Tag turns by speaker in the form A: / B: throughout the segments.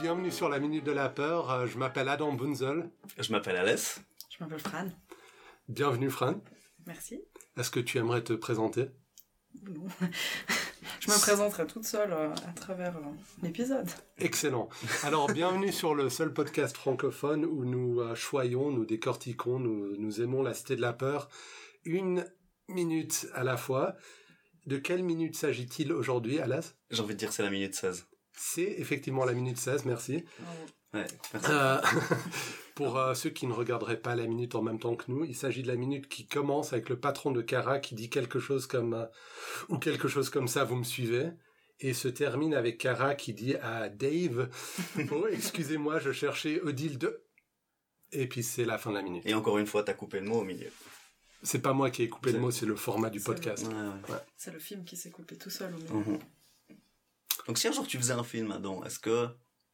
A: bienvenue sur la Minute de la Peur. Euh, Je m'appelle Adam Bunzel.
B: Je m'appelle Alès.
C: Je m'appelle Fran.
A: Bienvenue, Fran.
C: Merci.
A: Est-ce que tu aimerais te présenter
C: Ou non. Je me présenterai toute seule euh, à travers euh, l'épisode.
A: Excellent. Alors, bienvenue sur le seul podcast francophone où nous euh, choyons, nous décortiquons, nous, nous aimons la Cité de la Peur. Une minute à la fois. De quelle minute s'agit-il aujourd'hui, Alas
B: J'ai envie de dire c'est la minute 16.
A: C'est effectivement la minute 16, merci.
B: Ouais, merci.
A: Euh, pour euh, ceux qui ne regarderaient pas la minute en même temps que nous, il s'agit de la minute qui commence avec le patron de Cara qui dit quelque chose comme euh, ou quelque chose comme ça, vous me suivez et se termine avec Cara qui dit à Dave "Oh, excusez-moi, je cherchais Odile 2." Et puis c'est la fin de la minute.
B: Et encore une fois, t'as coupé le mot au milieu.
A: C'est pas moi qui ai coupé le
B: C'est-
A: mot, c'est le format du
C: c'est le-
A: podcast.
B: Ouais, ouais.
C: C'est le film qui s'est coupé tout seul au milieu.
B: Mhm. Donc si un jour tu faisais un film, Adam, est-ce que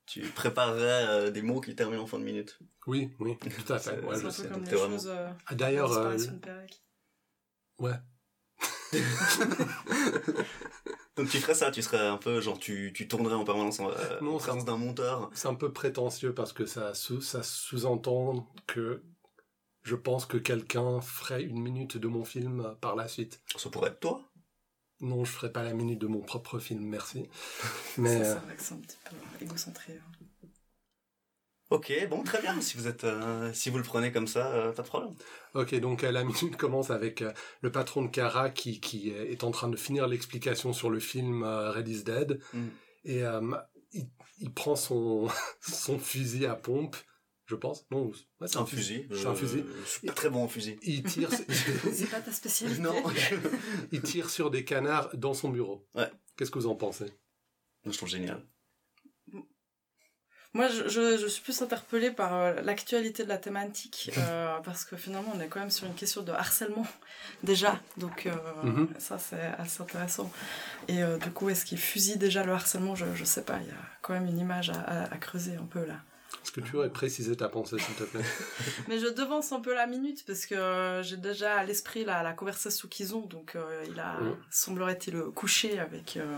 B: tu préparerais euh, des mots qui terminent en fin de minute
A: Oui, oui, tout à fait. ouais,
C: C'est
A: je
C: un
A: sais.
C: peu comme
B: donc
C: les
B: t'es vraiment-
C: choses. euh,
A: Ah,
C: la
A: D'ailleurs, euh,
C: disparition de Perec.
B: Donc tu ferais ça, tu serais un peu genre tu, tu tournerais en permanence en, euh,
A: Non,
B: en présence d'un monteur.
A: C'est un peu prétentieux parce que ça, sous- ça sous-entend que je pense que quelqu'un ferait une minute de mon film euh, par la suite.
B: Ça pourrait être toi.
A: Non, je ferai pas la minute de mon propre film, merci. Mais
C: Ça,
A: euh,
C: c'est vrai que c'est un petit peu égocentré. hein.
B: Ok, bon, très bien. Si vous êtes, euh, si vous le prenez comme ça, euh, pas de problème.
A: ok, donc euh, la minute commence avec euh, le patron de Cara qui, qui euh, est en train de finir l'explication sur le film euh, Red is Dead
B: Mm.
A: et euh, il, il prend son son fusil à pompe, je pense. Non, ouais,
B: C'est un fusil. euh,
A: C'est un
B: Je-
A: fusil.
B: Je suis pas très bon en fusil.
A: Il tire.
C: C'est pas ta spécialité.
B: non.
A: Il tire sur des canards dans son bureau.
B: Ouais.
A: Qu'est-ce que vous en pensez
B: je trouve génial.
C: Moi, je, je, je suis plus interpellée par euh, l'actualité de la thématique, euh, parce que finalement, on est quand même sur une question de harcèlement, déjà. Donc, euh,
A: Mhm.
C: ça, c'est assez intéressant. Et euh, du coup, est-ce qu'il fusille déjà le harcèlement je, je sais pas, il y a quand même une image à, à- à creuser un peu là.
A: Est-ce que tu aurais précisé ta pensée, s'il te plaît
C: Mais je devance un peu la minute, parce que euh, j'ai déjà à l'esprit la, la conversation qu'ils ont. Donc, euh, il a,
A: Mhm.
C: semblerait-il, couché avec euh,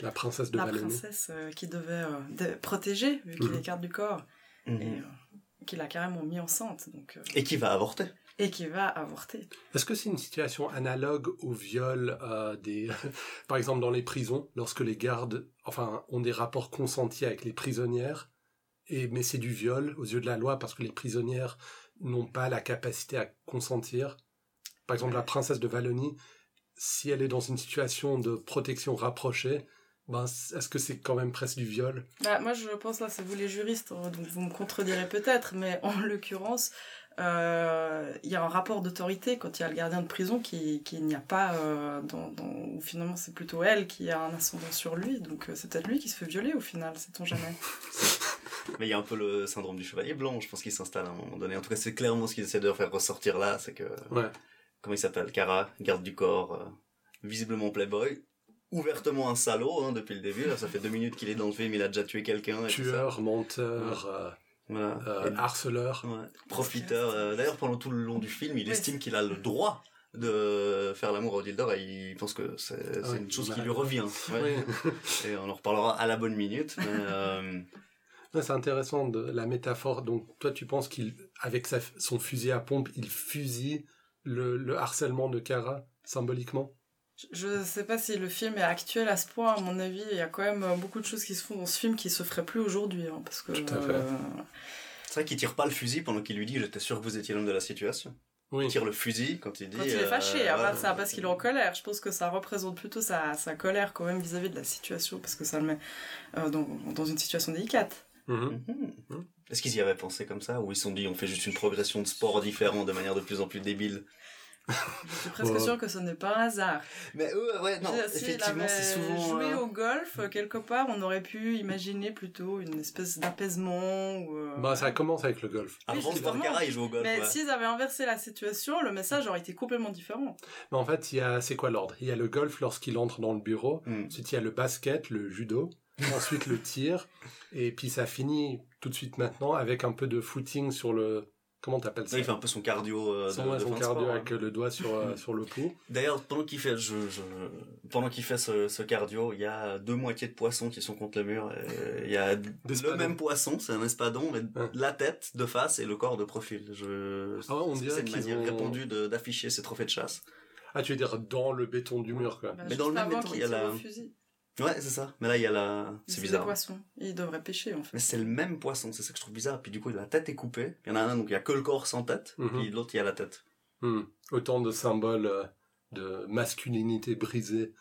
A: La princesse de
C: la
A: Valonie.
C: princesse euh, qui devait euh, dé- protéger, vu qu'il
A: Mhm.
C: l'écarte du corps. et
B: Mhm.
C: euh, qu'il a carrément mis enceinte donc euh,
B: Et qui va avorter
C: et qui va avorter.
A: Est-ce que c'est une situation analogue au viol euh, des, par exemple dans les prisons, lorsque les gardes, enfin, ont des rapports consentis avec les prisonnières, et mais c'est du viol aux yeux de la loi parce que les prisonnières n'ont pas la capacité à consentir. Par exemple, la princesse de Valonie, si elle est dans une situation de protection rapprochée, ben, est-ce que c'est quand même presque du viol
C: Bah, moi je pense là c'est vous les juristes hein, donc vous me contredirez peut-être mais en l'occurrence euh, il y a un rapport d'autorité quand il y a le gardien de prison qui qui n'y a pas euh, dans, dans- où finalement c'est plutôt elle qui a un ascendant sur lui donc euh, c'est peut-être lui qui se fait violer au final sait-on jamais.
B: Mais il y a un peu le syndrome du chevalier blanc, je pense qu'il s'installe à un moment donné. En tout cas, c'est clairement ce qu'ils essaient de faire ressortir là, c'est que...
A: Ouais.
B: Comment il s'appelle Cara, garde du corps, euh, visiblement playboy, ouvertement un salaud hein, depuis le début. Là, ça fait deux minutes qu'il est dans le film, il a déjà tué quelqu'un. et tout ça.
A: Tueur, menteur, euh,
B: Voilà.
A: euh,
B: Et-
A: harceleur.
B: ouais. Profiteur. euh, D'ailleurs, pendant tout le long du film, il
C: Ouais.
B: estime qu'il a le droit de faire l'amour à Odile d'Or et il pense que c'est c'est
A: Ouais,
B: une chose
A: bah,
B: qui lui revient. Ouais.
A: Ouais.
B: Et on en reparlera à la bonne minute. mais, euh,
A: Ouais, c'est intéressant de, la métaphore. Donc, toi, tu penses qu'il, avec sa- son fusil à pompe, il fusille le, le harcèlement de Kara symboliquement.
C: Je- Je sais pas si le film est actuel à ce point, à mon avis, il y a quand même euh, beaucoup de choses qui se font dans ce film qui se feraient plus aujourd'hui, hein, parce que...
A: Tout à fait.
C: euh,
B: C'est vrai qu'il tire pas le fusil pendant qu'il lui dit j'étais sûr que vous étiez l'homme de la situation.
A: Oui.
B: Il tire le fusil quand il dit.
C: Quand il est
B: euh,
C: fâché, à part
B: ouais,
C: ça, parce qu'il est en
B: ouais.
C: colère. Je pense que ça représente plutôt sa, sa colère quand même vis-à-vis de la situation, parce que ça le met euh, dans, dans une situation délicate.
A: Mhm.
B: Mhm.
A: Mhm.
B: Est-ce qu'ils y avaient pensé comme ça Ou ils se sont dit on fait juste une progression de sport différent de manière de plus en plus débile
C: Je suis presque
A: Ouais.
C: sûre que ce n'est pas un hasard.
B: Mais eux, ouais, non,
C: Je- s'il
B: effectivement,
C: avait
B: c'est souvent.
C: joué
B: euh,
C: au golf, euh, quelque part, on aurait pu imaginer plutôt une espèce d'apaisement. Ou, euh,
A: Bah, ça commence avec le golf.
C: Oui,
B: Avant de voir
C: justement.
B: Cara, ils jouent au golf.
C: Mais
B: ouais.
C: s'ils avaient inversé la situation, le message aurait été complètement différent.
A: Mais en fait, il y a, c'est quoi l'ordre Il y a le golf lorsqu'il entre dans le bureau.
B: Mhm.
A: Ensuite, il y a le basket, le judo. Ensuite, le tir. Et puis, ça finit tout de suite maintenant avec un peu de footing sur le, Comment t'appelles ça
B: Là, il fait un peu son cardio. euh, de-
A: Son, ouais,
B: de
A: son
B: fin de
A: cardio
B: sport, hein.
A: avec le doigt sur, euh, sur le pouls.
B: D'ailleurs, pendant qu'il fait, je, je- pendant qu'il fait ce, ce cardio, il y a deux moitiés de poissons qui sont contre le mur. euh, Il y a le
A: espadons.
B: même poisson, c'est un espadon, mais
A: Ouais.
B: la tête de face et le corps de profil. Je...
A: Ah ouais, on
B: c'est
A: dirait
B: une
A: qu'ils
B: manière
A: ont-
B: répandue de- d'afficher ces trophées de chasse.
A: Ah, tu veux dire dans le béton du mur, quoi.
C: Bah,
B: Mais
C: juste
B: dans le même
C: avant
B: étang,
C: qu'il
B: il y a
C: tire
B: la-
C: le fusil.
B: Ouais, c'est ça. Mais là, il y a la. C'est bizarre.
C: Des poissons. Il devrait pêcher, en fait.
B: Mais c'est le même poisson, c'est ça que je trouve bizarre. Puis du coup, la tête est coupée. Il y en a un, donc il y a que le corps sans tête.
A: Mhm.
B: Puis l'autre, il y a la tête.
A: Hmm. Autant de symboles euh, de masculinité brisée.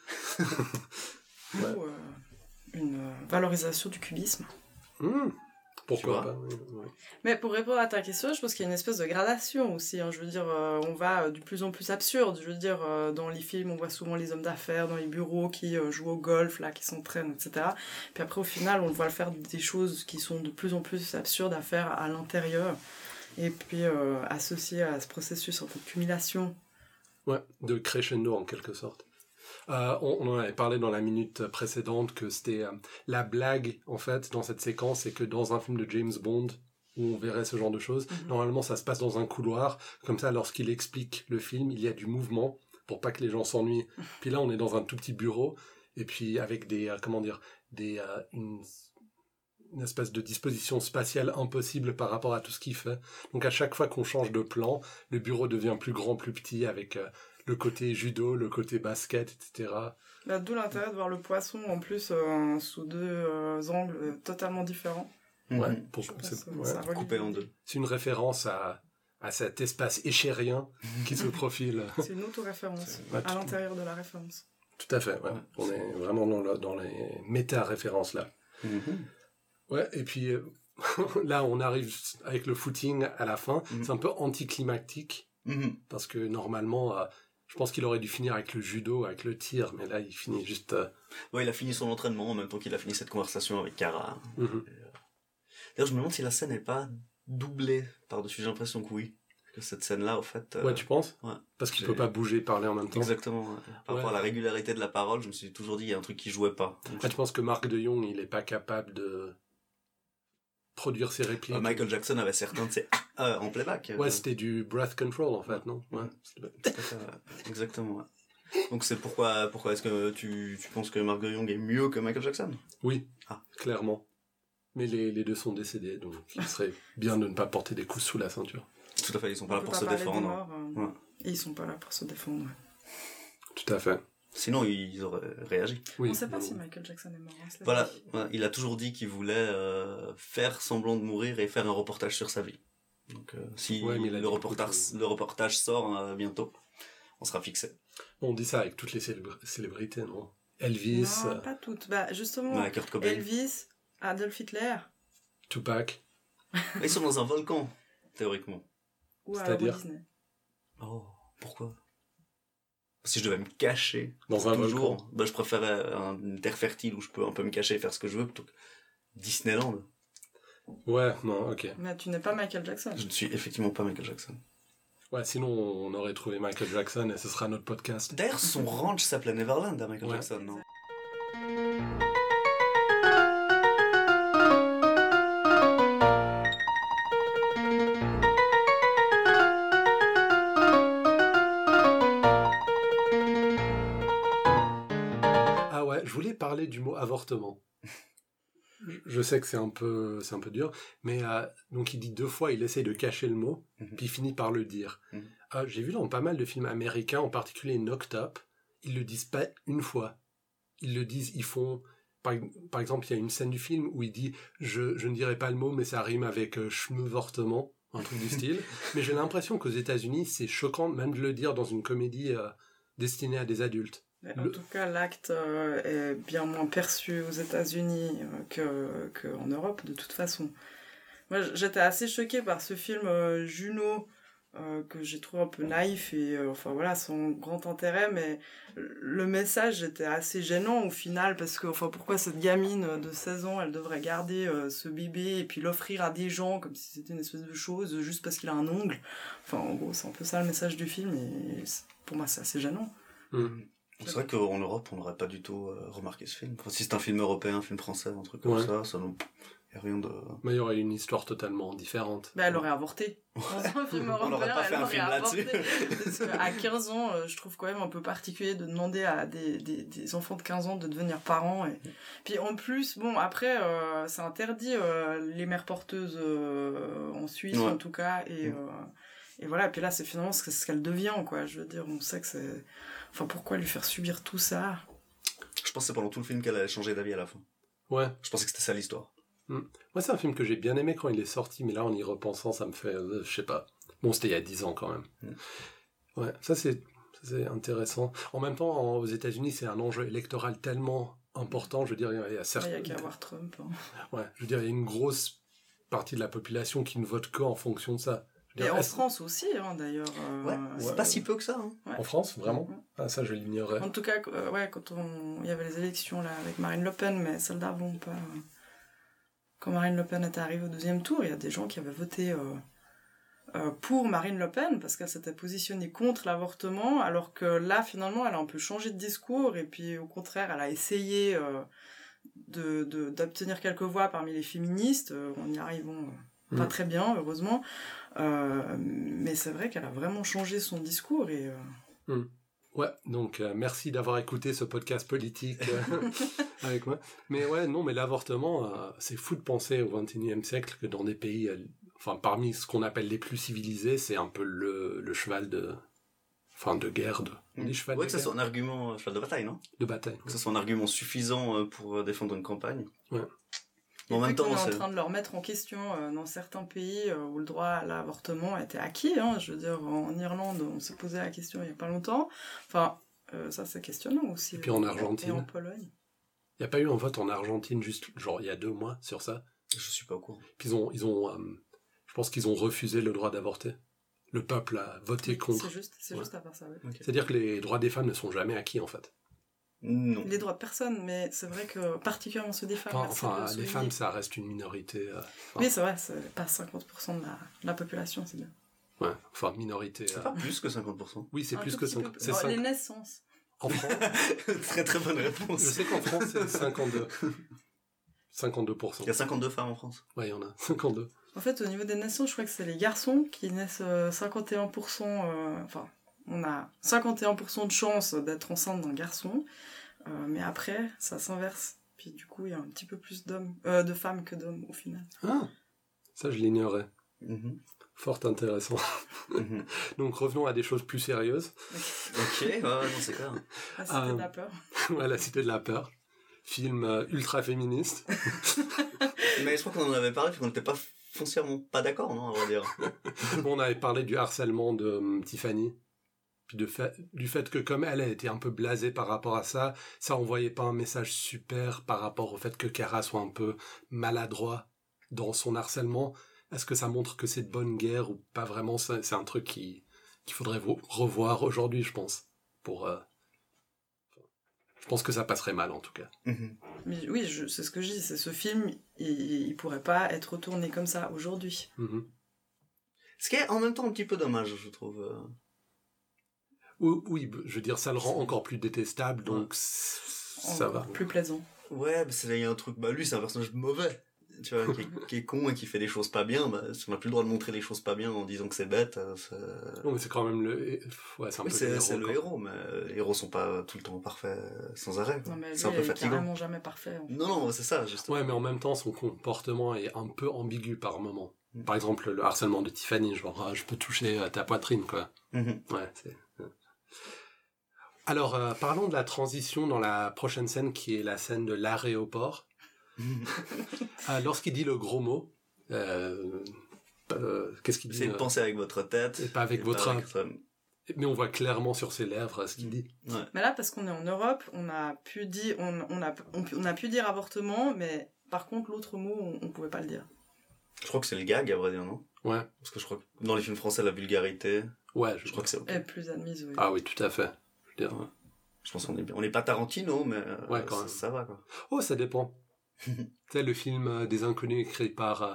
C: Ou, euh, une euh, valorisation du cubisme.
A: Hmm. Pourquoi
B: Tu vois
A: pas oui, oui.
C: Mais pour répondre à ta question, je pense qu'il y a une espèce de gradation aussi. hein. Je veux dire, euh, on va euh, de plus en plus absurde. Je veux dire, euh, dans les films, on voit souvent les hommes d'affaires dans les bureaux qui euh, jouent au golf, là, qui s'entraînent, etc. Puis après, au final, on le voit faire des choses qui sont de plus en plus absurdes à faire à l'intérieur. Et puis, euh, associé à ce processus en fait, de cumulation.
A: Ouais, de crescendo en quelque sorte. Euh, on, on en avait parlé dans la minute précédente que c'était euh, la blague en fait dans cette séquence, c'est que dans un film de James Bond où on verrait ce genre de choses,
C: Mhm.
A: normalement ça se passe dans un couloir, comme ça lorsqu'il explique le film, il y a du mouvement pour pas que les gens s'ennuient. Puis là on est dans un tout petit bureau et puis avec des euh, comment dire des euh, une, une espèce de disposition spatiale impossible par rapport à tout ce qu'il fait. Donc à chaque fois qu'on change de plan, le bureau devient plus grand, plus petit avec euh, le côté judo, le côté basket, etc.
C: Bah, D'où l'intérêt de voir le poisson, en plus, euh, sous deux euh, angles euh, totalement différents.
A: Ouais,
B: Mhm.
A: pour-
C: Je pense
A: c'est
C: que
A: ouais.
C: ça relie
B: Coupé en
C: les
B: deux.
A: C'est une référence à, à cet espace échérien qui se profile.
C: deux. C'est une autoréférence
B: C'est-
A: Ouais,
C: à
A: tout,
C: l'intérieur de la référence.
A: tout à fait, ouais.
B: Ouais.
A: on est vraiment dans, le- dans les méta-références là.
B: Mhm.
A: Ouais, et puis euh, là on arrive avec le footing à la fin,
B: Mhm.
C: Mm-hmm.
A: c'est un peu anticlimactique
B: Mhm.
A: parce que normalement euh, je pense qu'il aurait dû finir avec le judo, avec le tir, mais là il finit juste... euh,
B: Ouais, il a fini son entraînement en même temps qu'il a fini cette conversation avec Kara.
A: mhm.
C: Mm-hmm.
B: D'ailleurs, je me demande si la scène n'est pas doublée par-dessus. J'ai l'impression que oui. Que cette scène-là, au fait. euh,
A: Ouais, tu penses
B: ouais.
A: Parce qu'il
B: J'ai-
A: peut pas bouger, parler en même temps.
B: Exactement. ouais. Par
A: Ouais.
B: rapport à la régularité de la parole, je me suis toujours dit il y a un truc qui jouait pas. Donc,
A: Ah, tu penses que Marc de Jong, il est pas capable de produire ses répliques
B: euh, Michael Jackson avait certains de ses euh, en playback.
A: Ouais,
B: Euh,
A: c'était du breath control, en fait, non Ouais, c'était-
B: tout à fait, ouais. Exactement. ouais. Donc c'est pourquoi pourquoi est-ce que tu, tu penses que Mark de Jong est mieux que Michael Jackson
A: Oui,
B: Ah.
A: clairement. Mais les, les deux sont décédés, donc il serait bien de ne pas porter des coups sous la ceinture.
B: Tout à fait, ils sont
C: On
B: pas là
C: peut
B: pour
C: pas
B: se
C: parler des
B: défendre.
C: morts, euh,
B: Ouais.
C: Et ils sont pas là pour se défendre.
A: Tout à fait.
B: Sinon ils auraient réagi.
A: Oui.
C: On sait pas
A: Oui.
C: si Michael Jackson est mort. hein, c'est la
B: Voilà,
C: vérité.
B: voilà, il a toujours dit qu'il voulait euh, faire semblant de mourir et faire un reportage sur sa vie. Donc euh, si
A: Ouais, mais il a
B: le
A: dit euh,
B: reportage
A: beaucoup
B: le reportage sort euh, bientôt, on sera fixé.
A: On dit ça avec toutes les célébr- célébrités, non Elvis,
C: Non,
A: euh,
C: pas toutes. Bah, justement,
B: Ouais, Kurt Cobain.
C: Elvis, Adolf Hitler,
A: Tupac.
B: Ils sont dans un volcan théoriquement.
C: ou alors
A: C'est-à-dire
C: Walt Disney.
B: Oh, pourquoi Si je devais me cacher
A: Dans un
B: toujours,
A: volcan.
B: bah, je préférais un- une terre fertile où je peux un peu me cacher et faire ce que je veux plutôt que Disneyland.
A: Ouais, non, ok.
C: Mais tu n'es pas Michael Jackson.
B: Je ne suis effectivement pas Michael Jackson.
A: Ouais, sinon on aurait trouvé Michael Jackson et ce sera notre podcast.
B: D'ailleurs, son ranch s'appelait Neverland à Michael
A: Ouais.
B: Jackson, non
A: Ah ouais, je voulais parler du mot avortement. Je sais que c'est un peu, c'est un peu dur, mais euh, donc il dit deux fois, il essaye de cacher le mot,
B: Mhm.
A: puis il finit par le dire.
B: Mhm.
A: Ah, J'ai vu dans pas mal de films américains, en particulier Knocked Up, ils le disent pas une fois. Ils le disent, ils font. Par, par exemple, il y a une scène du film où il dit je, je ne dirai pas le mot, mais ça rime avec euh, chmevortement, un truc du style. Mais j'ai l'impression qu'aux États-Unis, c'est choquant même de le dire dans une comédie euh, destinée à des adultes.
C: Mais En
A: Le-
C: tout cas, l'acte euh, est bien moins perçu aux États-Unis euh, que qu'en Europe, de toute façon. Moi, j- j'étais assez choquée par ce film euh, Juno, euh, que j'ai trouvé un peu naïf et, euh, enfin voilà, sans grand intérêt, mais le message était assez gênant au final, parce que, enfin, pourquoi cette gamine de 16 ans, elle devrait garder euh, ce bébé et puis l'offrir à des gens comme si c'était une espèce de chose, juste parce qu'il a un ongle. Enfin, en gros, c'est un peu ça le message du film, et c'est- pour moi, c'est assez gênant.
B: C'est vrai qu'en Europe, on n'aurait pas du tout euh, remarqué ce film. Enfin, si c'est un film européen, un film français, un truc comme
A: Ouais.
B: ça, ça nous... Y a rien de.
A: Mais il y aurait une histoire totalement différente.
C: Bah, elle aurait avorté. Dans un
B: On
C: film européen,
B: n'aurait pas
C: elle
B: fait un
C: aurait
B: film
C: avorté.
B: là-dessus.
C: Parce que à 15 ans, euh, je trouve quand même un peu particulier de demander à des, des, des enfants de 15 ans de devenir parents. Et... Puis en plus, bon, après, euh, c'est interdit euh, les mères porteuses euh, en Suisse,
B: Ouais.
C: en tout cas. Et,
B: Mm.
C: euh, et voilà, puis là, c'est finalement ce, que- ce qu'elle devient, quoi. Je veux dire, on sait que c'est. Enfin, pourquoi lui faire subir tout ça
B: Je pense que c'est pendant tout le film qu'elle allait changer d'avis à la fin.
A: Ouais.
B: Je pensais que c'était ça l'histoire.
A: Moi, c'est un film que j'ai bien aimé quand il est sorti, mais là, en y repensant, ça me fait, euh, je sais pas. Bon, c'était il y a 10 ans quand même. Ouais, ça c'est, ça, c'est intéressant. En même temps, en- aux États-Unis, c'est un enjeu électoral tellement important. Je veux dire, il y a
C: Il
A: certains.
C: n'y a qu'à voir Trump. hein.
A: Ouais, je veux dire, il y a une grosse partie de la population qui ne vote qu'en fonction de ça. Je veux
C: Et
A: dire,
C: en
A: est-ce-
C: France aussi, hein, d'ailleurs. euh, Mm.
B: Ouais,
A: ouais.
B: c'est pas si peu que ça. Hein.
C: Ouais.
A: en France, vraiment Ah, ça, je l'ignorais.
C: En tout cas, euh, ouais, quand on... il y avait les élections là, avec Marine Le Pen, mais celles d'avant, pas. euh, Quand Marine Le Pen était arrivée au deuxième tour, il y a des gens qui avaient voté euh, euh, pour Marine Le Pen parce qu'elle s'était positionnée contre l'avortement, alors que là, finalement, elle a un peu changé de discours et puis au contraire, elle a essayé euh, de- de- d'obtenir quelques voix parmi les féministes, euh, en y arrivant euh, pas
A: Mm.
C: très bien, heureusement. Euh, mais c'est vrai qu'elle a vraiment changé son discours et. euh,
A: Ouais, donc euh, merci d'avoir écouté ce podcast politique euh, avec moi. Mais ouais, non, mais l'avortement, euh, c'est fou de penser au XXIe siècle que dans des pays, euh, enfin parmi ce qu'on appelle les plus civilisés, c'est un peu le, le cheval de, enfin de guerre, de, on dit cheval
B: Mm. Ouais,
A: de,
B: que ça
A: guerre
B: soit un argument, euh, cheval de bataille, non
A: de bataille.
B: Que ça soit un argument suffisant euh, pour euh, défendre une campagne.
A: Ouais.
B: Mais En
C: Et
B: même
C: puis qu'on
B: temps,
C: est en
B: c'est-
C: train de leur mettre en question euh, dans certains pays euh, où le droit à l'avortement était acquis. hein. je veux dire, en Irlande, on s'est posé la question il n'y a pas longtemps. Enfin, euh, ça c'est questionnant aussi. euh,
A: Et puis en Argentine.
C: Et en Pologne.
A: Il n'y a pas eu un vote en Argentine juste genre il y a deux mois sur ça.
B: je suis pas au courant.
A: Puis ils ont, ils ont, euh, je pense qu'ils ont refusé le droit d'avorter. Le peuple a voté
C: C'est
A: contre.
C: juste, c'est
A: Ouais.
C: juste à part ça. oui.
A: C'est-à-dire que les droits des femmes ne sont jamais acquis en fait.
B: Non.
C: Les droits de personne, mais c'est vrai que particulièrement ceux des femmes.
A: Enfin,
C: merci de
A: enfin,
C: le
A: les
C: souligner.
A: femmes, ça reste une minorité. euh,
C: Oui, c'est vrai, c'est pas 50% de la, de la population, c'est bien.
A: Ouais, enfin minorité. euh,
B: C'est pas plus que 50%.
A: Oui, c'est
C: Un
A: plus
C: tout
A: que
C: petit
A: 5.
C: peu-
A: C'est
C: Bon, Les
A: cinq-
C: naissances.
A: En France,
B: très très bonne
A: je
B: réponse.
A: sais qu'en France, c'est 52.
B: Il y a
A: 52%.
B: 52 femmes en France.
A: Ouais, il y en a. 52.
C: En fait, au niveau des naissances, je crois que c'est les garçons qui naissent euh, 51%. euh, enfin, on a 51% de chance d'être enceinte d'un garçon, euh, mais après, ça s'inverse. Puis du coup, il y a un petit peu plus d'hommes, euh, de femmes que d'hommes au final.
A: Ah Ça, je l'ignorais.
B: Mhm.
A: Fort intéressant.
B: Mhm.
A: Donc revenons à des choses plus sérieuses.
B: ok, ouais, ouais, non, c'est clair.
C: Ah, c'était
A: Euh,
C: de la peur.
A: Ouais, La Cité de la Peur. Film euh, ultra féministe.
B: Mais je crois qu'on en avait parlé, puis qu'on n'était pas foncièrement pas d'accord, non, à vrai dire.
A: Bon, on avait parlé du harcèlement de hum, Tiffany. Puis de fa- du fait que comme elle, elle était un peu blasée par rapport à ça, ça envoyait pas un message super par rapport au fait que Kara soit un peu maladroit dans son harcèlement. Est-ce que ça montre que c'est de bonne guerre ou pas vraiment ça- C'est un truc qui qu'il faudrait vo- revoir aujourd'hui, je pense. Pour, euh, je pense que ça passerait mal en tout cas.
B: Mhm.
C: Mais oui, je- c'est ce que je dis, c'est ce film, il, il pourrait pas être tourné comme ça aujourd'hui.
A: Mhm.
B: Ce qui est en même temps un petit peu dommage, je trouve. euh.
A: Ou- oui, b- je veux dire, ça le rend encore plus détestable, donc c- ça
C: Encore
A: va.
C: Plus plaisant.
B: Ouais, mais c'est- il y a un truc. Bah, lui, c'est un personnage mauvais. Tu vois, qui est, qui est con et qui fait des choses pas bien. Bah, on n'a plus le droit de montrer les choses pas bien en disant que c'est bête. euh, c'est-
A: Non, mais c'est quand même le, ouais, c'est un
B: Oui,
A: peu
B: c'est c'est
A: quoi.
B: le héros, mais euh, les héros sont pas tout le temps parfaits euh, sans arrêt. quoi.
C: Non, mais lui,
B: C'est un peu
C: il est
B: fatigant.
C: carrément jamais parfait. en fait.
B: Non, non, c'est ça, justement.
A: Ouais, mais en même temps, son comportement est un peu ambigu par moment.
B: Mm.
A: Par exemple, le harcèlement de Tiffany, genre, ah, je peux toucher euh, ta poitrine, quoi.
B: Mhm.
A: Ouais, c'est- Alors, euh, parlons de la transition dans la prochaine scène qui est la scène de l'aéroport. Euh, Lorsqu'il dit le gros mot, euh, euh, qu'est-ce qu'il dit
B: Essayez de
A: euh,
B: penser avec votre tête.
A: et pas avec
B: et
A: votre
B: pas
A: âme.
B: avec votre-
A: Mais on voit clairement sur ses lèvres euh,
B: Mm.
A: ce qu'il dit.
B: Ouais.
C: Mais là, parce qu'on est en Europe, on a pu dire, on, on a, on, on a pu dire avortement, mais par contre, l'autre mot, on, on pouvait pas le dire.
B: Je crois que c'est le gag, à vrai dire, non
A: Ouais,
B: Parce que je crois que dans les films français, la vulgarité,
A: ouais, je,
B: je crois que c'est ok.
C: Elle est plus admise, oui.
A: Ah oui, tout à fait.
B: Je pense qu'on est bien. On n'est pas Tarantino, mais euh,
A: Ouais, quand
B: ça,
A: même.
B: ça va, quoi.
A: Oh, ça dépend. tu sais, le film euh, des inconnus écrit par euh,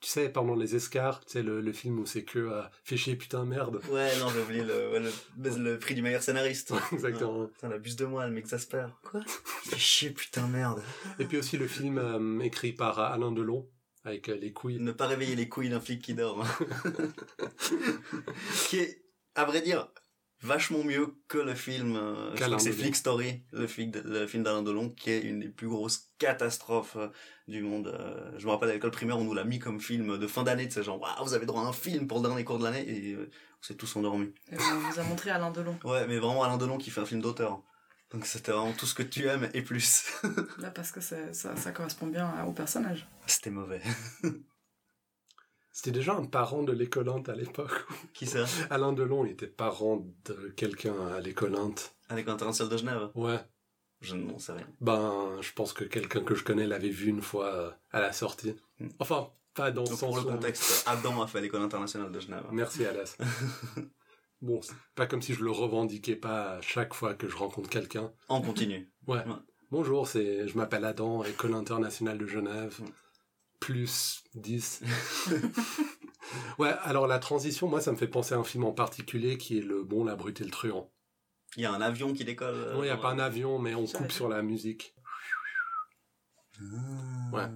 A: tu sais, pendant les escarres, tu sais, le, le film où c'est que euh, fait chier putain merde.
B: Ouais, non, j'ai oublié le, ouais, le, le prix du meilleur scénariste.
A: Exactement.
B: Putain, elle abuse de moi, elle m'exaspère. Quoi Fais chier, putain merde.
A: Et puis aussi le film euh, écrit par Alain Delon avec euh, les couilles.
B: Ne pas réveiller les couilles d'un flic qui dort. qui est, à vrai dire, vachement mieux que le film. euh, je
A: Qu'Alain
B: crois que c'est
A: Delon.
B: Flick Story, le, flic de- le film d'Alain Delon, qui est une des plus grosses catastrophes euh, du monde. Euh, je me rappelle à l'école primaire, on nous l'a mis comme film de fin d'année, de ces genre, waouh, vous avez droit à un film pour le dernier cours de l'année, et euh, on s'est tous endormis.
C: Et on vous a montré Alain Delon.
B: Ouais, mais vraiment Alain Delon qui fait un film d'auteur. Donc c'était vraiment tout ce que tu aimes et plus.
C: Là, parce que c'est- ça, ça correspond bien à- au personnage.
B: c'était mauvais.
A: C'était déjà un parent de l'écolante à l'époque.
B: Qui ça
A: Alain Delon il était parent de quelqu'un à l'écolante.
B: À l'école internationale de Genève
A: Ouais.
B: Je n'en sais rien.
A: Ben, je pense que quelqu'un que je connais l'avait vu une fois euh, à la sortie.
B: Mm.
A: Enfin, pas dans ce
B: Donc pour le
A: sens-là.
B: contexte, Adam a fait l'école internationale de Genève.
A: Merci, Alas. bon, c'est pas comme si je le revendiquais pas à chaque fois que je rencontre quelqu'un.
B: On continue.
A: Ouais.
B: Ouais.
A: Bonjour, c'est, je m'appelle Adam, École internationale de Genève.
B: Mm.
A: Plus 10. ouais, alors la transition, moi, ça me fait penser à un film en particulier qui est Le Bon, la Brute et le Truand.
B: Il y a un avion qui décolle. euh,
A: non, il n'y a
B: dans
A: pas
B: la-
A: un avion, mais on
C: Ça
A: coupe
C: va.
A: sur la musique.
B: Ah.
A: Ouais.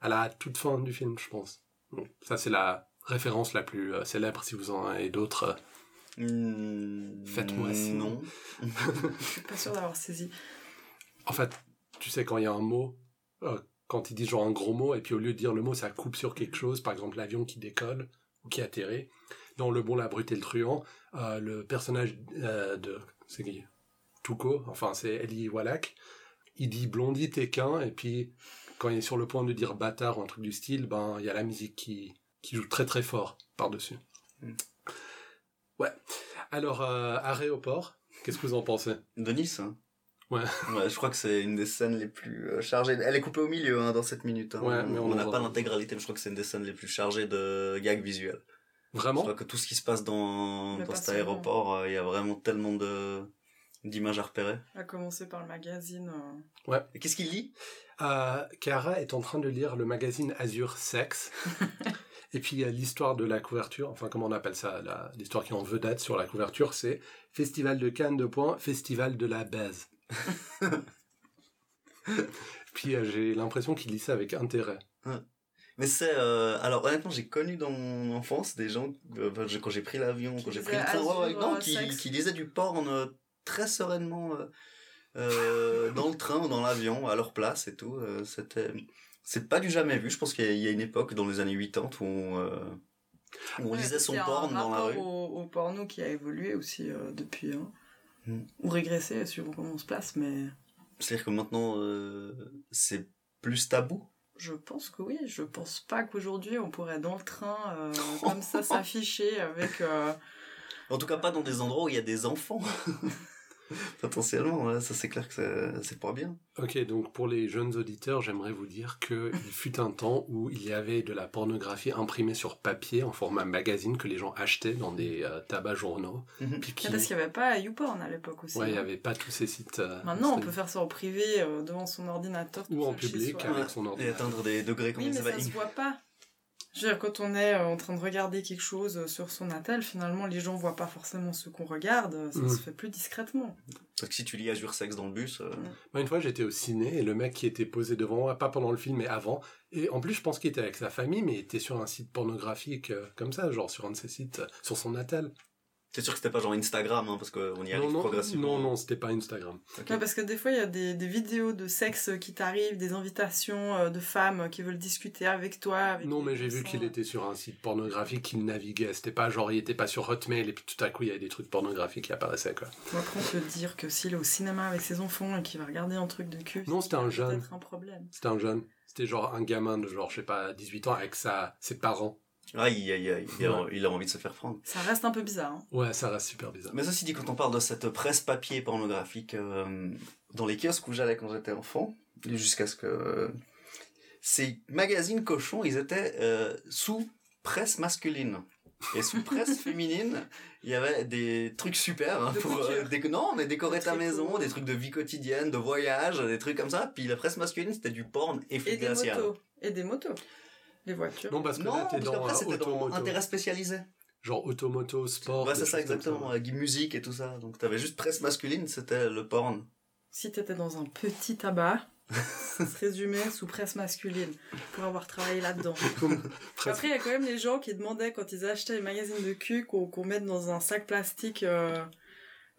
A: À la toute fin du film, je pense. Bon, ça, c'est la référence la plus euh, célèbre, si vous en avez d'autres. euh,
B: Mmh,
A: Faites-moi signe.
B: Non.
C: Je suis pas sûre d'avoir saisi.
A: En fait, tu sais, quand il y a un mot, euh, quand ils disent genre un gros mot, et puis au lieu de dire le mot, ça coupe sur quelque chose, par exemple l'avion qui décolle ou qui atterrit. Dans Le Bon, la Brute et le Truand, euh, le personnage euh, de. C'est qui Tuco, enfin c'est Eli Wallach, il dit blondie téquin, et puis quand il est sur le point de dire bâtard ou un truc du style, ben il y a la musique qui, qui joue très très fort par-dessus.
B: Mm.
A: Ouais. Alors, euh, arrêt au port, qu'est-ce que vous en pensez
B: De Nice hein.
A: Ouais.
B: Je crois que c'est une des scènes les plus euh, chargées. Elle est coupée au milieu hein, dans cette minute. hein.
A: Ouais, mais on
B: on n'a
A: en
B: pas
A: voit.
B: l'intégralité, mais je crois que c'est une des scènes les plus chargées de gags visuels. Je
A: Vraiment
B: crois que tout ce qui se passe dans,
C: Le
B: dans cet
C: personnage.
B: aéroport, euh, il y a vraiment tellement de d'images à repérer.
C: À commencer par le magazine. euh,
B: Et qu'est-ce qu'il lit
A: Euh, Cara est en train de lire le magazine Azure Sex. Et puis il y a l'histoire de la couverture, enfin comment on appelle ça, la- l'histoire qui est en vedette sur la couverture, c'est Festival de Cannes de points, Festival de la baise. puis euh, j'ai l'impression qu'il lit ça avec intérêt.
B: Mais c'est euh, alors honnêtement, j'ai connu dans mon enfance des gens euh, enfin, je- quand j'ai pris l'avion,
C: Qui
B: quand j'ai
C: lisaient
B: pris le train, ouais, ouais,
C: Azur,
B: non,
C: euh,
B: qui,
C: Sex.
B: qui lisaient du porn euh, très sereinement euh, euh, dans le train ou dans l'avion à leur place et tout. euh, C'était c'est pas du jamais vu. Je pense qu'il y a- il y a une époque dans les années 80 où on, euh, où on
C: ouais,
B: lisait
C: parce
B: son
C: qu'il y a un
B: porn dans la
C: rapport
B: rue.
C: Au, au porno qui a évolué aussi euh, depuis. hein.
B: Hmm.
C: Ou régressé, suivant comment on se place, mais
B: C'est-à-dire que maintenant euh, c'est plus tabou.
C: je pense que oui. Je pense pas qu'aujourd'hui on pourrait dans le train, euh, comme ça, s'afficher avec. euh,
B: En tout cas, pas dans des endroits où il y a des enfants. Potentiellement, ouais, ça c'est clair que ça- c'est pas bien.
A: Ok, donc pour les jeunes auditeurs, j'aimerais vous dire qu'il fut un temps où il y avait de la pornographie imprimée sur papier en format magazine que les gens achetaient dans des euh, tabacs journaux.
B: Mhm.
A: Puis qui-
C: Ah, Parce qu'il n'y avait pas YouPorn à l'époque aussi.
A: Ouais, il n'y
C: hein.
A: avait pas tous ces sites. euh,
C: Maintenant, on
A: c'est-
C: peut faire ça en privé, euh, devant son ordinateur. tout
A: Ou en
C: seul chez
A: public hein.
C: soi.
A: avec son
B: Et
A: ordinateur.
B: atteindre des degrés comme
C: Oui, mais
B: ça va
C: ça se voit pas. Je veux dire, quand on est euh, en train de regarder quelque chose euh, sur son attel, finalement, les gens voient pas forcément ce qu'on regarde. euh, Ça
A: Mm.
C: se fait plus discrètement.
B: Parce que si tu lis Azure Sex dans le bus, euh,
A: Moi, une fois, j'étais au ciné et le mec qui était posé devant moi, pas pendant le film, mais avant. Et en plus, je pense qu'il était avec sa famille, mais il était sur un site pornographique euh, comme ça, genre sur un de ces sites, euh, sur son natal.
B: c'est sûr que c'était pas genre Instagram, hein, parce qu'on y arrive
A: Non, non,
B: progressivement.
A: non, non, c'était pas Instagram.
B: Ok.
C: Ouais, parce que des fois, il y a des, des vidéos de sexe euh, qui t'arrivent, des invitations euh, de femmes qui veulent discuter avec toi. avec
A: Non,
C: des
A: mais j'ai vu
C: personnes.
A: qu'il était sur un site pornographique qu'il naviguait. C'était pas genre, il était pas sur Hotmail et puis tout à coup, il y avait des trucs pornographiques qui apparaissaient, quoi.
C: Bon, Après, on peut dire que s'il est au cinéma avec ses enfants et qu'il va regarder un truc de cul,
A: Non, c'était un
C: c'est
A: jeune.
C: peut-être un problème.
A: C'était un jeune. C'était genre un gamin de genre, je sais pas, 18 ans avec sa, ses parents.
B: Aïe, aïe, aïe, il a,
A: Ouais.
B: il a envie de se faire prendre.
C: Ça reste un peu bizarre. hein.
A: Ouais, ça reste super bizarre.
B: Mais ceci dit, quand on parle de cette presse papier pornographique, euh, dans les kiosques où j'allais quand j'étais enfant, jusqu'à ce que euh, ces magazines cochons, ils étaient euh, sous presse masculine. Et sous presse féminine, il y avait des trucs super. hein,
C: De
B: pour, euh,
C: couture.
B: déco- non, mais décorer ta
C: Très
B: maison,
C: cool.
B: des trucs de vie quotidienne, de voyage, des trucs comme ça. Puis la presse masculine, c'était du porn et
C: Et des
B: glacial.
C: motos. Et des motos. les voitures.
A: Non, parce que
B: Non,
A: là, t'es
B: parce
A: dans
B: qu'après,
A: euh,
B: c'était dans
A: automoto.
B: intérêt spécialisé.
A: Genre automoto, sport.
B: Ouais,
A: des
B: c'est ça,
A: choses comme
B: exactement. Avec musique et tout ça. Donc, t'avais juste presse masculine, c'était le porn.
C: Si t'étais dans un petit tabac, ça se résumait sous presse masculine, pour avoir travaillé là-dedans.
A: Presque.
C: Après, il y a quand même les gens qui demandaient, quand ils achetaient les magazines de cul, qu'on qu'on mette dans un sac plastique euh,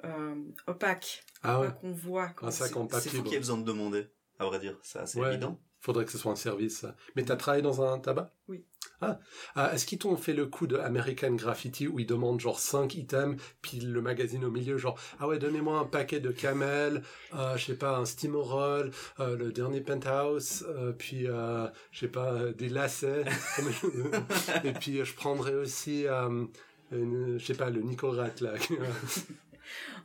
C: euh, opaque,
A: Ah ouais,
C: pas qu'on voit. qu'on
A: un sac en
B: C'est
A: papier.
B: fou
A: bon.
B: qu'il y ait besoin de demander, à vrai dire. C'est assez
A: Ouais.
B: évident.
A: Faudrait que ce soit un service. ça. Mais t'as travaillé dans un tabac
C: Oui.
A: Ah, Ah, est-ce qu'ils t'ont fait le coup de American Graffiti où ils demandent genre 5 items, puis le magazine au milieu, genre Ah ouais, donnez-moi un paquet de camel, euh, je sais pas, un steamroll, euh, le dernier penthouse, euh, puis euh, je sais pas, euh, des lacets. Et puis euh, je prendrais aussi, euh, une- je sais pas, le Nicorette là.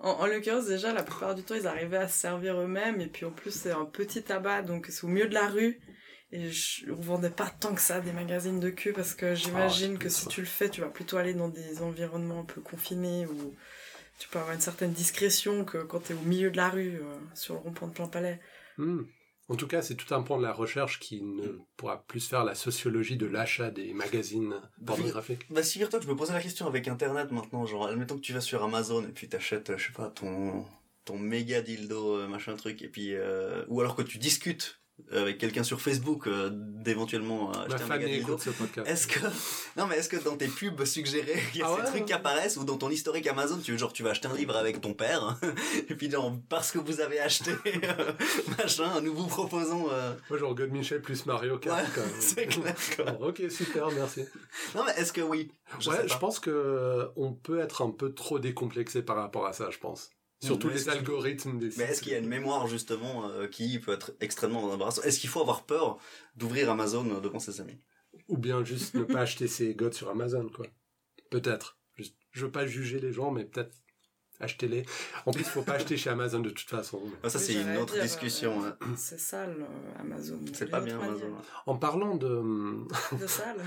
C: En, en l'occurrence, déjà, la plupart du temps, ils arrivaient à se servir eux-mêmes. Et puis en plus, c'est un petit tabac, donc c'est au milieu de la rue. Et je, on vendait pas tant que ça des magazines de cul, parce que j'imagine
A: Ah ouais,
C: que si
A: ça.
C: tu le fais, tu vas plutôt aller dans des environnements un peu confinés où tu peux avoir une certaine discrétion que quand t'es au milieu de la rue, euh, sur le rond-point de Plain-Palais.
A: Hmm. En tout cas, c'est tout un pan de la recherche qui ne
B: Hmm.
A: pourra plus faire la sociologie de l'achat des magazines pornographiques.
B: Bah, figure-toi que je me posais la question avec Internet maintenant. Genre, admettons que tu vas sur Amazon et puis t'achètes, euh, je sais pas, ton, ton méga dildo, euh, machin truc. Et puis, euh, ou alors que tu discutes euh, avec quelqu'un sur Facebook euh, d'éventuellement euh,
A: Ma
B: acheter un méga
A: famille
B: dildo.
A: écoute ce podcast.
B: Est-ce que non mais est-ce que dans tes pubs suggérées il y a
A: Ah
B: ces
A: ouais,
B: trucs
A: ouais.
B: qui apparaissent ou dans ton historique Amazon tu genre tu vas acheter un livre avec ton père et puis genre parce que vous avez acheté euh, machin nous vous proposons euh,
A: Moi, genre God Michel plus Mario Kart.
B: Ouais,
A: quand même.
B: c'est clair quoi.
A: Bon, ok, super, merci.
B: non mais est-ce que oui je
A: ouais,
B: sais
A: je
B: pas.
A: pense que euh, on peut être un peu trop décomplexé par rapport à ça, je pense. Surtout
B: Mais
A: les
B: est-ce que-
A: algorithmes des
B: mais
A: sites.
B: est-ce qu'il y a une mémoire justement euh, qui peut être extrêmement embarrassante est-ce qu'il faut avoir peur d'ouvrir Amazon euh, devant ses amis
A: Ou bien juste ne pas acheter ses godes sur Amazon, quoi. Peut-être. Juste- Je veux pas juger les gens, mais peut-être achetez-les. En plus, faut pas acheter chez Amazon de toute façon.
B: Ah, ça
C: Oui,
B: c'est une
C: j'allais
B: autre
C: dire,
B: discussion
C: euh,
B: hein.
C: C'est sale, euh, Amazon.
B: c'est
C: D'une
B: pas
C: autre
B: bien
C: manière.
B: Amazon hein.
A: En parlant de, hum,
C: De sale.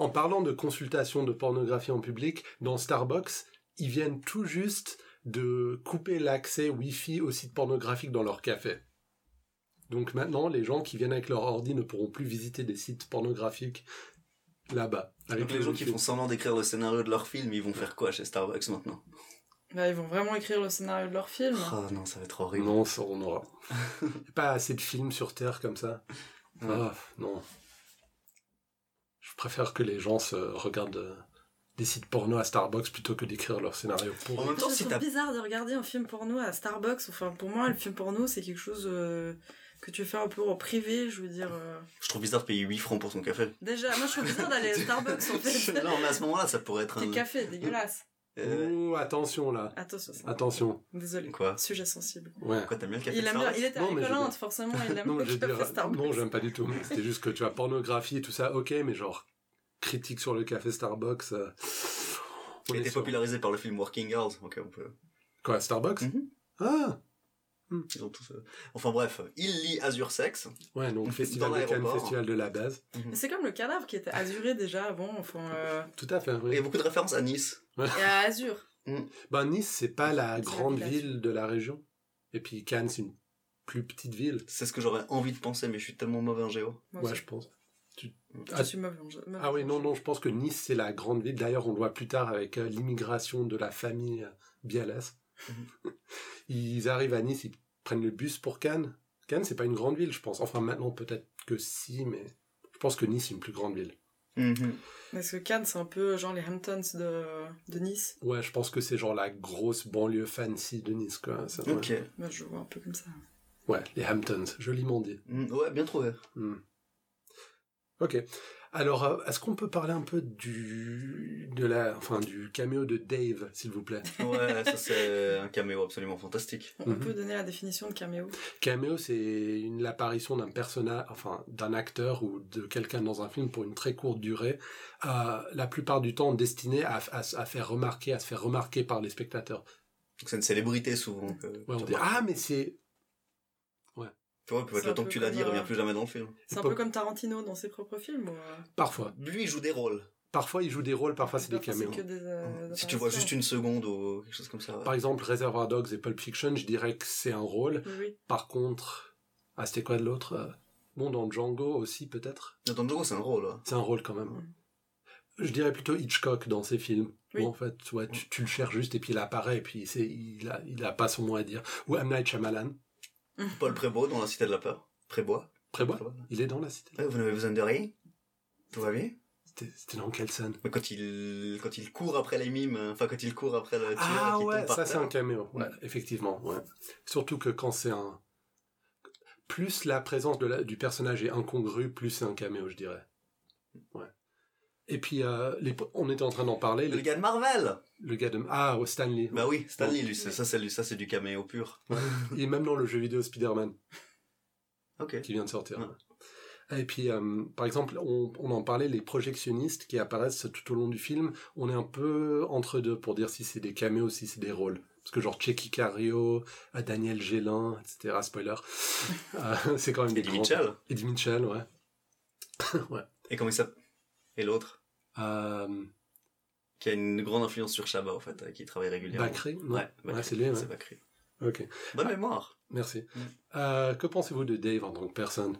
A: En parlant de consultation de pornographie en public, dans Starbucks, ils viennent tout juste de couper l'accès Wi-Fi aux sites pornographiques dans leur café. Donc maintenant, les gens qui viennent avec leur ordi ne pourront plus visiter des sites pornographiques là-bas. Avec
B: donc les
A: le
B: gens qui
A: Wi-Fi.
B: font semblant d'écrire le scénario de leur film ils vont faire quoi chez Starbucks maintenant
C: Bah, ils vont vraiment écrire le scénario de leur film.
B: oh non ça va être horrible
A: Non, ça, on aura. Y a Pas assez de films sur Terre comme ça.
B: Ouais.
A: Ah, non. Je préfère que les gens se regardent euh, des sites porno à Starbucks plutôt que d'écrire leur scénario pour
B: En même temps,
C: Je
B: si
C: trouve
B: t'as
C: bizarre de regarder un film porno à Starbucks. Enfin, pour moi, le film porno, c'est quelque chose euh, que tu fais un peu en privé, je veux dire. euh.
B: Je trouve bizarre de payer 8 francs pour ton café.
C: Déjà, moi, je trouve bizarre d'aller à Starbucks, Ah, bah, en fait.
B: non, mais à ce moment-là, ça pourrait être
C: Des
B: un.
C: cafés, dégueulasse.
B: Euh,
A: Ouh, attention là.
C: Attention, ça.
A: Attention.
C: Désolé.
B: Quoi
C: Sujet sensible.
A: Ouais.
B: Quoi, t'aimes bien le café
C: Il,
B: de
C: aime bien-
B: Starbucks
C: il était
A: Non, mais je veux
C: à
A: dire-
C: forcément, il aime
A: Non,
C: le
A: je veux
C: café
A: dire,
C: Starbucks.
A: non, j'aime pas du tout. mais C'était juste que tu as pornographie et tout ça, ok, mais genre, critique sur le café Starbucks. euh, on
B: Il
A: est
B: était
A: sur-
B: popularisé par le film Working Girls. Ok, on peut.
A: Quoi, Starbucks
B: Mhm.
A: Ah
B: Ils ont tous. euh, Enfin bref, il lit Azure Sex.
A: Ouais, donc
B: Dans
A: Festival de Cannes,
B: l'aéroport.
A: Festival de la base.
C: Mais C'est comme le cadavre qui était azuré déjà avant, enfin, euh,
A: Tout à fait,
B: Il
A: oui.
B: y a beaucoup de références à Nice.
C: et à Azur.
A: Ben, Nice, c'est pas la
C: C'est la
A: grande
C: village.
A: ville de la région. Et puis Cannes, c'est une plus petite ville,
B: C'est ce que j'aurais envie de penser, mais je suis tellement mauvais en géo.
C: Moi,
A: ouais,
C: je,
A: je pense.
C: je suis mauvaise en jeu- mauvaise
A: Ah oui,
C: en
A: non,
C: jeu.
A: non, je pense que Nice, c'est la grande ville. D'ailleurs, on le voit plus tard avec euh, l'immigration de la famille euh, Bialès. ils arrivent à Nice, ils prennent le bus pour Cannes. Cannes, c'est pas une grande ville, je pense. Enfin, maintenant, peut-être que si, mais je pense que Nice, c'est une plus grande ville.
C: Parce que Cannes, c'est un peu genre les Hamptons de, de Nice.
A: Ouais, je pense que c'est genre la grosse banlieue fancy de Nice, quoi. Ça, ouais.
B: Ok.
C: Moi, je vois un peu comme ça.
A: Ouais, les Hamptons, joliment dit.
B: Mm, Ouais, bien trouvé.
A: Hmm. Ok. Alors, euh, est-ce qu'on peut parler un peu du, de la, enfin, du caméo de Dave, s'il vous plaît
B: Ouais, ça c'est un caméo absolument fantastique.
C: On
A: Mhm.
C: peut donner la définition de caméo.
A: Cameo, c'est une- l'apparition d'un personnage, enfin d'un acteur ou de quelqu'un dans un film pour une très courte durée, euh, la plupart du temps destiné à, à- à faire remarquer, à se faire remarquer par les spectateurs.
B: Donc, C'est une célébrité souvent. que-
A: Ouais, on dit, ah mais c'est
B: Tu vois, peut-être
C: C'est
B: le
C: un
B: temps que
C: peu
B: tu l'as
C: comme,
B: dit, il revient
C: euh,
B: plus jamais dans le film.
C: C'est un
A: Pop-
C: peu comme Tarantino dans ses propres films. Ou... euh,
A: parfois.
B: Lui, il joue des rôles.
A: Parfois il joue des rôles, parfois c'est des
C: parfois,
A: caméos.
C: que des, euh,
B: Si tu vois juste
C: apparitions.
B: une seconde ou quelque chose comme ça. ouais.
A: Par exemple, Reservoir Dogs et Pulp Fiction, je dirais que c'est un rôle.
C: Oui, oui.
A: Par contre, ah c'était quoi de l'autre euh, Bon, dans Django aussi, peut-être.
B: Dans Django, c'est un rôle. hein.
A: C'est un rôle quand même.
C: Mm.
A: Je dirais plutôt Hitchcock dans ses films.
C: Oui.
A: Où en fait, ouais, tu, tu le cherches juste et puis il apparaît et puis c'est, il, a, il a pas son mot à dire. Ou M. Night Shyamalan.
B: Paul Prébois dans La Cité de la Peur. Prébois.
A: Prébois,
B: Prébois.
A: il est dans la cité.
B: Ouais, vous n'avez besoin de rien. Tout va bien.
A: C'était, c'était dans quelle scène
B: Mais quand il, quand il court après les mimes, euh, enfin quand il court après le tueur et
A: Ah
B: qu'il
A: ouais,
B: tombe par
A: ça c'est
B: terre. Mm.
A: un caméo. Ouais, effectivement. Ouais. Surtout que quand c'est un. Plus la présence de la- du personnage est incongrue, plus c'est un caméo, je dirais. Ouais. Et puis, euh, les- on était en train d'en parler.
B: Le
A: les-
B: gars de Marvel
A: le gars de. Ah, Stanley.
B: Bah oui, Stanley, lui, c'est- ça c'est lui, ça c'est du caméo pur.
A: Il est même dans le jeu vidéo Spider-Man.
B: Ok.
A: qui vient de sortir.
B: Ouais.
A: Et puis, euh, par exemple, on, on en parlait, les projectionnistes qui apparaissent tout au long du film, on est un peu entre deux pour dire si c'est des caméos, si c'est des rôles. Parce que genre Checky Cario, euh, Daniel Gélin, etc., spoiler, Euh, c'est quand même des
B: Eddie
A: grands-
B: Mitchell
A: Eddie Mitchell, ouais.
B: Et comment il s'appelle Et l'autre
A: Euh,
B: Qui a une grande influence sur Shabba, en fait, euh, qui travaille régulièrement.
A: Bacri, non
B: Ouais, Bakri.
A: Ouais, c'est lui, ouais.
B: C'est Bakri.
A: Ok,
B: Bonne mémoire
A: merci.
B: Mm.
A: Euh, que pensez-vous de Dave en tant que personne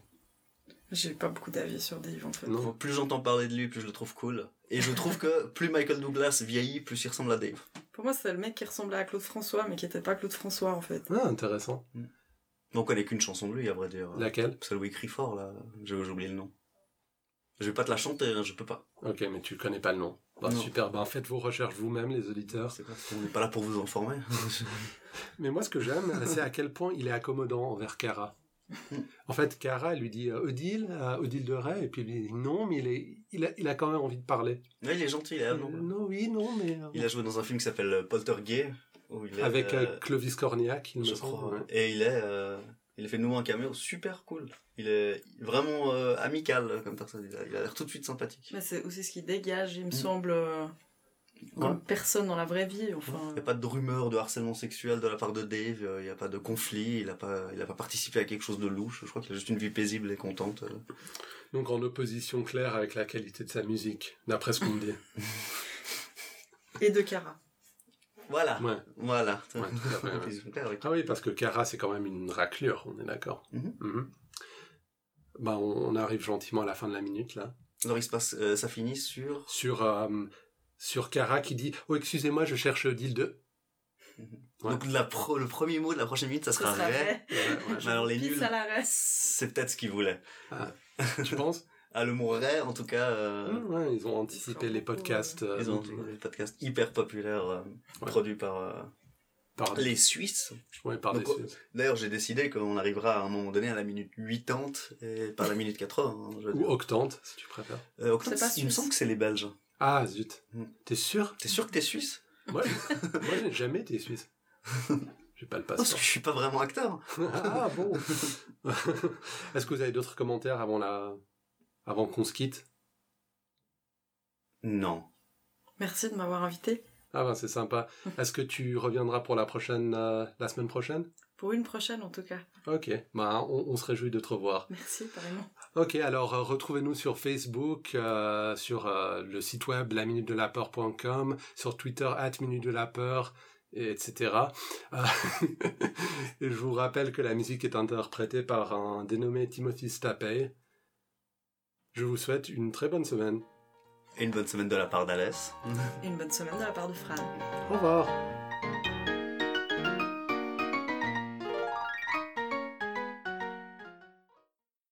C: J'ai pas beaucoup d'avis sur Dave en fait.
A: Non
B: Plus j'entends parler de lui, plus je le trouve cool. Et je trouve que plus Michael Douglas vieillit, plus il ressemble à Dave.
C: Pour moi, c'est le mec qui ressemblait à Claude François, mais qui était pas Claude François en fait.
A: Ah, intéressant.
B: Mais on connaît qu'une chanson de lui, à vrai dire.
A: Laquelle
B: C'est Louis Clifford, là. J'ai j'ai oublié le nom. Je vais pas te la chanter, hein, je peux pas.
A: Ok, mais tu connais pas le nom. Bah,
B: Non.
A: super, ben faites vos recherches vous-même, les auditeurs.
B: C'est pas- On n'est pas là pour vous informer.
A: Mais moi, ce que j'aime, c'est à quel point il est accommodant envers Cara. En fait, Cara elle lui dit euh, Odile, euh, Odile de Ray, et puis il lui dit non, mais il, est, il, a, il a quand même envie de parler.
B: Ouais, il est gentil, il est
A: Euh,
B: avenant.
A: oui, non, mais. euh,
B: Il a joué dans un film qui s'appelle euh, Poltergeist. Où il est,
A: Avec
B: euh,
A: euh, Clovis Cornillac, il me
B: je
A: semble.
B: crois.
A: ouais.
B: ouais. Et il est, euh, il a fait de nouveau un caméo super cool. Il est vraiment euh, amical euh, comme personne. Il a il a l'air tout de suite sympathique.
C: Mais c'est aussi ce qui dégage, il me semble, euh,
B: Mm. Ouais.
C: comme personne dans la vraie vie.
B: Il
C: Enfin,
B: n'y a pas de rumeur de harcèlement sexuel de la part de Dave, euh, il n'y a pas de conflit, il n'a pas, il a pas participé à quelque chose de louche, je crois qu'il a juste une vie paisible et contente. euh.
A: Donc en opposition claire avec la qualité de sa musique, d'après ce qu'on me dit.
C: et de Cara.
B: Voilà,
A: Ouais.
B: voilà.
A: Ouais, tout à fait, ouais.
B: Ils sont clairs avec-
A: Ah oui, parce que Cara, c'est quand même une raclure, on est d'accord.
B: Mhm.
A: Mhm. Ben, on on arrive gentiment à la fin de la minute, là.
B: Alors il se passe, euh, ça finit sur...
A: sur, euh, sur Cara qui dit Oh, excusez-moi, je cherche Odile 2. Ouais.
B: Donc la pro- le premier mot de la prochaine minute, ça sera,
C: Ça sera
B: Ray.
C: vrai.
B: Mais alors les
C: Pisse
B: nuls,
C: à la reste.
B: c'est peut-être ce qu'ils voulaient.
A: tu penses
B: Ah, le mot Ray, en tout cas, euh,
A: Mmh, ouais, Ils ont anticipé
C: sont
A: les
C: beaucoup,
A: podcasts euh,
B: ils ont
A: ouais,
B: des podcasts hyper populaires euh,
A: Ouais.
B: produits par euh,
A: par,
B: les Suisses.
A: ouais, par
B: Donc,
A: des Suisses.
B: D'ailleurs, j'ai décidé qu'on arrivera à un moment donné à la minute 80 et pas à la minute 80. hein, je veux
A: Ou
B: dire.
A: Octante, si tu préfères.
B: Euh, Octave,
C: C'est pas
B: il me
C: suisse.
B: semble que c'est les Belges.
A: Ah, zut.
B: Mmh.
A: T'es sûr
B: T'es sûr que t'es suisse
A: Moi, moi, j'ai jamais été Suisse. J'ai pas le
B: Parce
A: passeport.
B: que je suis pas vraiment acteur.
A: ah bon Est-ce que vous avez d'autres commentaires avant, la... avant qu'on se quitte
B: Non.
C: Merci de m'avoir invité
A: Ah ben c'est sympa. Est-ce que tu reviendras pour la prochaine, euh, la semaine prochaine
C: pour une prochaine en tout cas.
A: Ok, ben, on- on se réjouit de te revoir.
C: Merci apparemment.
A: Ok, alors euh, retrouvez-nous sur Facebook, euh, sur euh, le site web laminutedelaPeur.com, sur Twitter at minutedelapeur, et etc. Euh, et je vous rappelle que la musique est interprétée par un dénommé Timothy Stapey. Je vous souhaite une très bonne semaine.
B: Et une bonne semaine de la part d'Alès.
C: Et une bonne semaine de la part de Fran.
A: Au revoir.